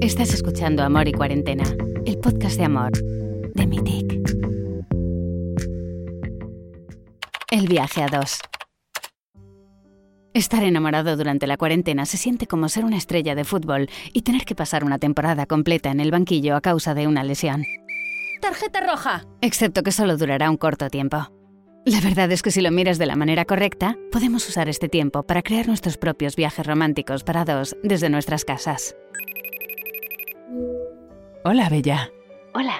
Estás escuchando Amor y Cuarentena, el podcast de amor de Mythic. El viaje a dos. Estar enamorado durante la cuarentena se siente como ser una estrella de fútbol y tener que pasar una temporada completa en el banquillo a causa de una lesión. ¡Tarjeta roja! Excepto que solo durará un corto tiempo. La verdad es que si lo miras de la manera correcta, podemos usar este tiempo para crear nuestros propios viajes románticos para dos desde nuestras casas. Hola, Bella. Hola.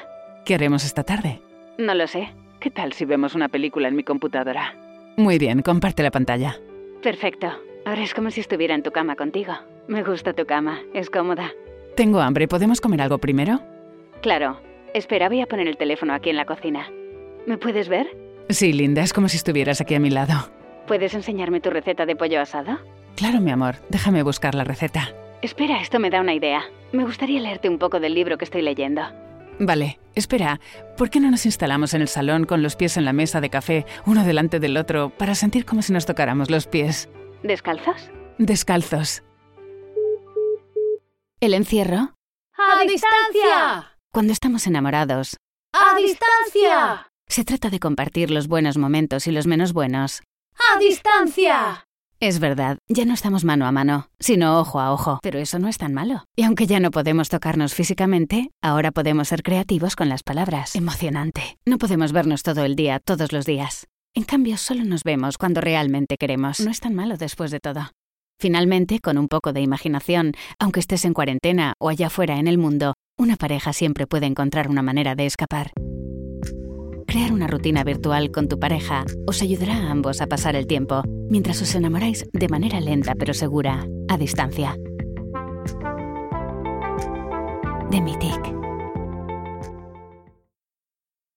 ¿Qué haremos esta tarde? No lo sé. ¿Qué tal si vemos una película en mi computadora? Muy bien, comparte la pantalla. Perfecto. Ahora es como si estuviera en tu cama contigo. Me gusta tu cama, es cómoda. Tengo hambre, ¿podemos comer algo primero? Claro. Espera, voy a poner el teléfono aquí en la cocina. ¿Me puedes ver? Sí, linda, es como si estuvieras aquí a mi lado. ¿Puedes enseñarme tu receta de pollo asado? Claro, mi amor, déjame buscar la receta. Espera, esto me da una idea. Me gustaría leerte un poco del libro que estoy leyendo. Vale, espera, ¿por qué no nos instalamos en el salón con los pies en la mesa de café, uno delante del otro, para sentir como si nos tocáramos los pies? ¿Descalzos? Descalzos. ¿El encierro? ¡A distancia! Cuando estamos enamorados, ¡A distancia! se trata de compartir los buenos momentos y los menos buenos. ¡A distancia! Es verdad, ya no estamos mano a mano, sino ojo a ojo, pero eso no es tan malo. Y aunque ya no podemos tocarnos físicamente, ahora podemos ser creativos con las palabras. Emocionante. No podemos vernos todo el día, todos los días. En cambio, solo nos vemos cuando realmente queremos. No es tan malo después de todo. Finalmente, con un poco de imaginación, aunque estés en cuarentena o allá fuera en el mundo, una pareja siempre puede encontrar una manera de escapar. Crear una rutina virtual con tu pareja os ayudará a ambos a pasar el tiempo mientras os enamoráis de manera lenta pero segura, a distancia. De Mythic.